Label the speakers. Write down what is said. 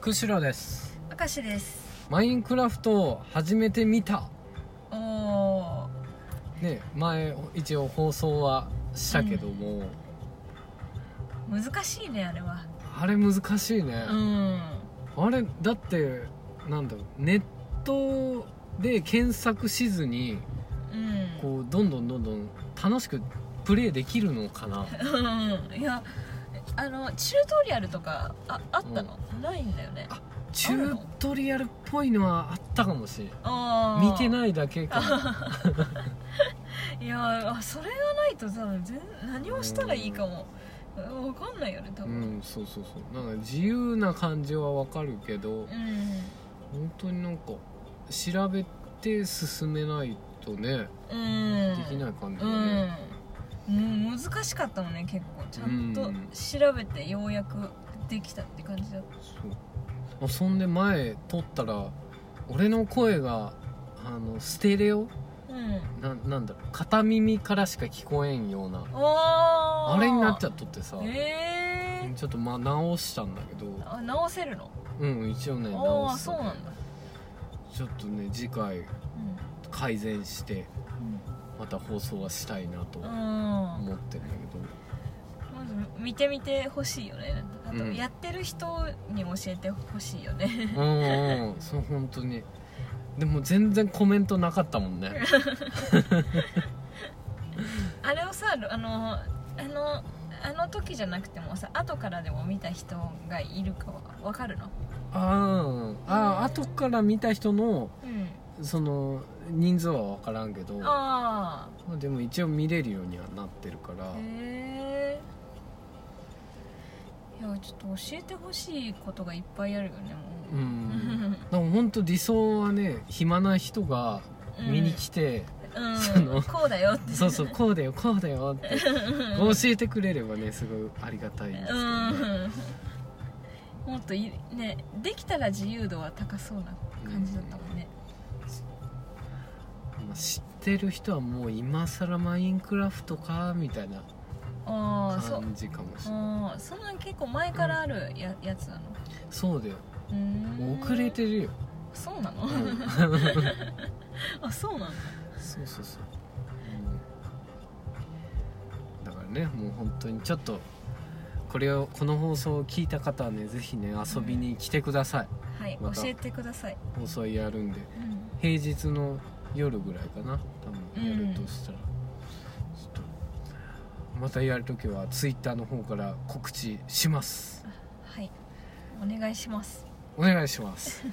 Speaker 1: くしろです
Speaker 2: 明石です
Speaker 1: マインクラフトを始めてみた
Speaker 2: おお
Speaker 1: ね前一応放送はしたけども、
Speaker 2: 難しいねあれは
Speaker 1: あれ難しいね
Speaker 2: う、ん
Speaker 1: あれだってなんだろうネットで検索しずに
Speaker 2: うん
Speaker 1: こうどんどんどんどん楽しくプレイできるのかな
Speaker 2: うんいやあのチュートリアルとかああったの、ないんだよね
Speaker 1: あチュートリアルっぽいのはあったかもしれん
Speaker 2: あ
Speaker 1: 見て
Speaker 2: い
Speaker 1: ないだけかも
Speaker 2: いやあそれがないと多分全何をしたらいいかもわかんないよね多
Speaker 1: う
Speaker 2: 分
Speaker 1: んそうそうそうなんか自由な感じはわかるけど、
Speaker 2: うん
Speaker 1: 本当になんか調べて進めないとね、
Speaker 2: うん
Speaker 1: できない感じ
Speaker 2: う
Speaker 1: だね、
Speaker 2: んうん難しかったもんね結構ちゃんと
Speaker 1: うん
Speaker 2: 調べてようやくできたって感じだっ
Speaker 1: そ
Speaker 2: た
Speaker 1: うそんで前撮ったら俺の声があのステレオ
Speaker 2: うん
Speaker 1: ななんだろう片耳からしか聞こえんような
Speaker 2: あ
Speaker 1: あれになっち
Speaker 2: ゃ
Speaker 1: ゃっとってさ、
Speaker 2: ええ
Speaker 1: ちょっとまあ直したんだけど
Speaker 2: あ直せるの
Speaker 1: うん一応ね直
Speaker 2: ああー
Speaker 1: し
Speaker 2: そう
Speaker 1: た
Speaker 2: なんだ
Speaker 1: ちょっとね次回改善してまた放送はしたいなと
Speaker 2: うん、う
Speaker 1: 思
Speaker 2: ん、ま
Speaker 1: ってんだけど、
Speaker 2: ず見てみてほしいよねあと
Speaker 1: うん
Speaker 2: やってる人に教えてほしいよね
Speaker 1: うんうんそう本当にでも全然コメントなかったもんね
Speaker 2: あれをさあのあのあの時じゃなくてもさ後からでも見た人がいるかは分かるの
Speaker 1: あーあー後から見た人の
Speaker 2: うん
Speaker 1: その人数は分からんけどま
Speaker 2: ああ
Speaker 1: あでも一応見れるようにはなってるから
Speaker 2: へえいやちょっと教えてほしいことがいっぱいあるよね
Speaker 1: う
Speaker 2: もう、
Speaker 1: んでも本当理想はね暇な人が見に来て、
Speaker 2: うん、
Speaker 1: その
Speaker 2: こうだよって
Speaker 1: そうそうこうだよこうだよって教えてくれればねすごいありがたいんですけ
Speaker 2: う
Speaker 1: どね、
Speaker 2: んもっといねできたら自由度は高そうな感じだったもんね
Speaker 1: まあ知ってる人はもう今更マインクラフトかみたいな
Speaker 2: ああそう
Speaker 1: 感じかもしれない
Speaker 2: ああそんなん結構前からあるややつなの
Speaker 1: そうだよ
Speaker 2: うーん
Speaker 1: 遅れてるよ、
Speaker 2: そうなの、
Speaker 1: うん
Speaker 2: あそうなの
Speaker 1: そうそうそう、うん、だからねもう本当にちょっとこれをこの放送を聞いた方はねぜひね遊びに来てください、
Speaker 2: はい
Speaker 1: また
Speaker 2: 教えてください、
Speaker 1: 放送やるんで
Speaker 2: うん
Speaker 1: 平日の夜ぐらいかな多分やるとしたら、ちょっとまたやるときはツイッターの方から告知します
Speaker 2: はいお願いします
Speaker 1: お願いします